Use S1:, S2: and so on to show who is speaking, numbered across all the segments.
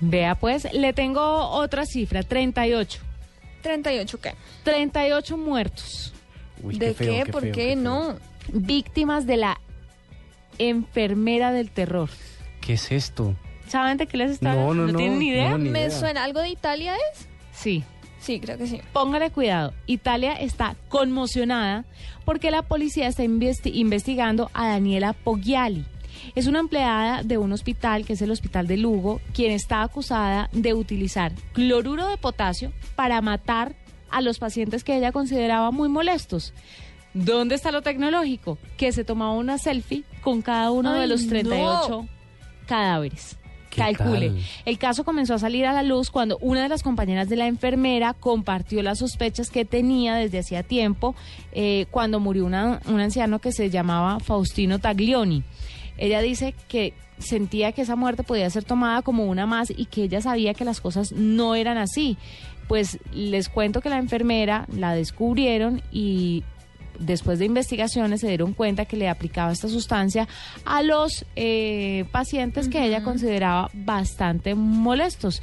S1: Vea pues, le tengo otra cifra, 38.
S2: 38, ¿qué?
S1: 38 muertos,
S3: Uy,
S2: ¿De
S3: feo,
S2: qué? ¿Por
S3: feo,
S2: qué?
S3: feo.
S2: No.
S1: víctimas de la enfermera del terror.
S3: ¿Qué es esto?
S1: ¿Saben de qué les está
S3: No, no, no,
S1: tienen ni idea?
S3: no, ni-
S2: ¿Me
S3: idea.
S2: suena algo de Italia es?
S1: Sí.
S2: Sí, creo que sí.
S1: Póngale cuidado, Italia está conmocionada porque la policía está investi- investigando a Daniela Poggiali. Es una empleada de un hospital, que es el Hospital de Lugo, quien está acusada de utilizar cloruro de potasio para matar a los pacientes que ella consideraba muy molestos. ¿Dónde está lo tecnológico? Que se tomaba una selfie con cada uno de
S2: ¡Ay,
S1: los
S2: no!
S1: 38 cadáveres.
S3: ¿Qué
S1: Calcule.
S3: tal?
S1: El caso comenzó a salir a la luz cuando una de las compañeras de la enfermera compartió las sospechas que tenía desde hacía tiempo eh, cuando murió una- un anciano que se llamaba Faustino Taglioni. Ella dice que sentía que esa muerte podía ser tomada como una más y que ella sabía que las cosas no eran así. Pues les cuento que la enfermera la descubrieron y después de investigaciones se dieron cuenta que le aplicaba esta sustancia a los eh, pacientes que ella consideraba bastante molestos.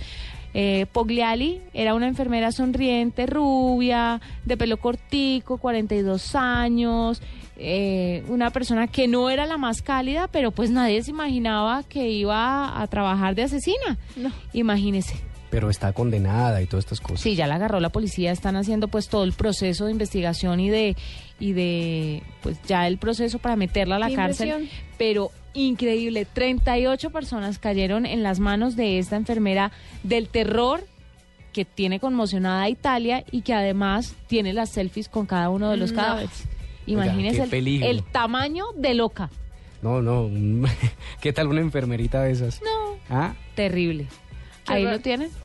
S1: Eh, Pogliali era una enfermera sonriente, rubia, de pelo cortico, 42 años, eh, una persona que no era la más cálida, pero pues nadie se imaginaba que iba a trabajar de asesina.
S2: No.
S1: Imagínese.
S3: Pero está condenada y todas estas cosas.
S1: Sí, ya la agarró la policía, están haciendo pues todo el proceso de investigación y de y de pues ya el proceso para meterla a la
S2: Qué
S1: cárcel,
S2: impresión.
S1: pero increíble, 38 personas cayeron en las manos de esta enfermera del terror que tiene conmocionada a Italia y que además tiene las selfies con cada uno de los
S2: No.
S1: cadáveres.
S3: Oiga,
S1: Imagínense
S3: qué
S1: el-
S3: peligro.
S1: el tamaño de loca.
S3: No, no. ¿Qué tal una enfermerita de esas?
S2: No.
S3: ¿Ah?
S1: Terrible.
S2: Qué
S1: Ahí
S2: horror.
S1: lo tienen.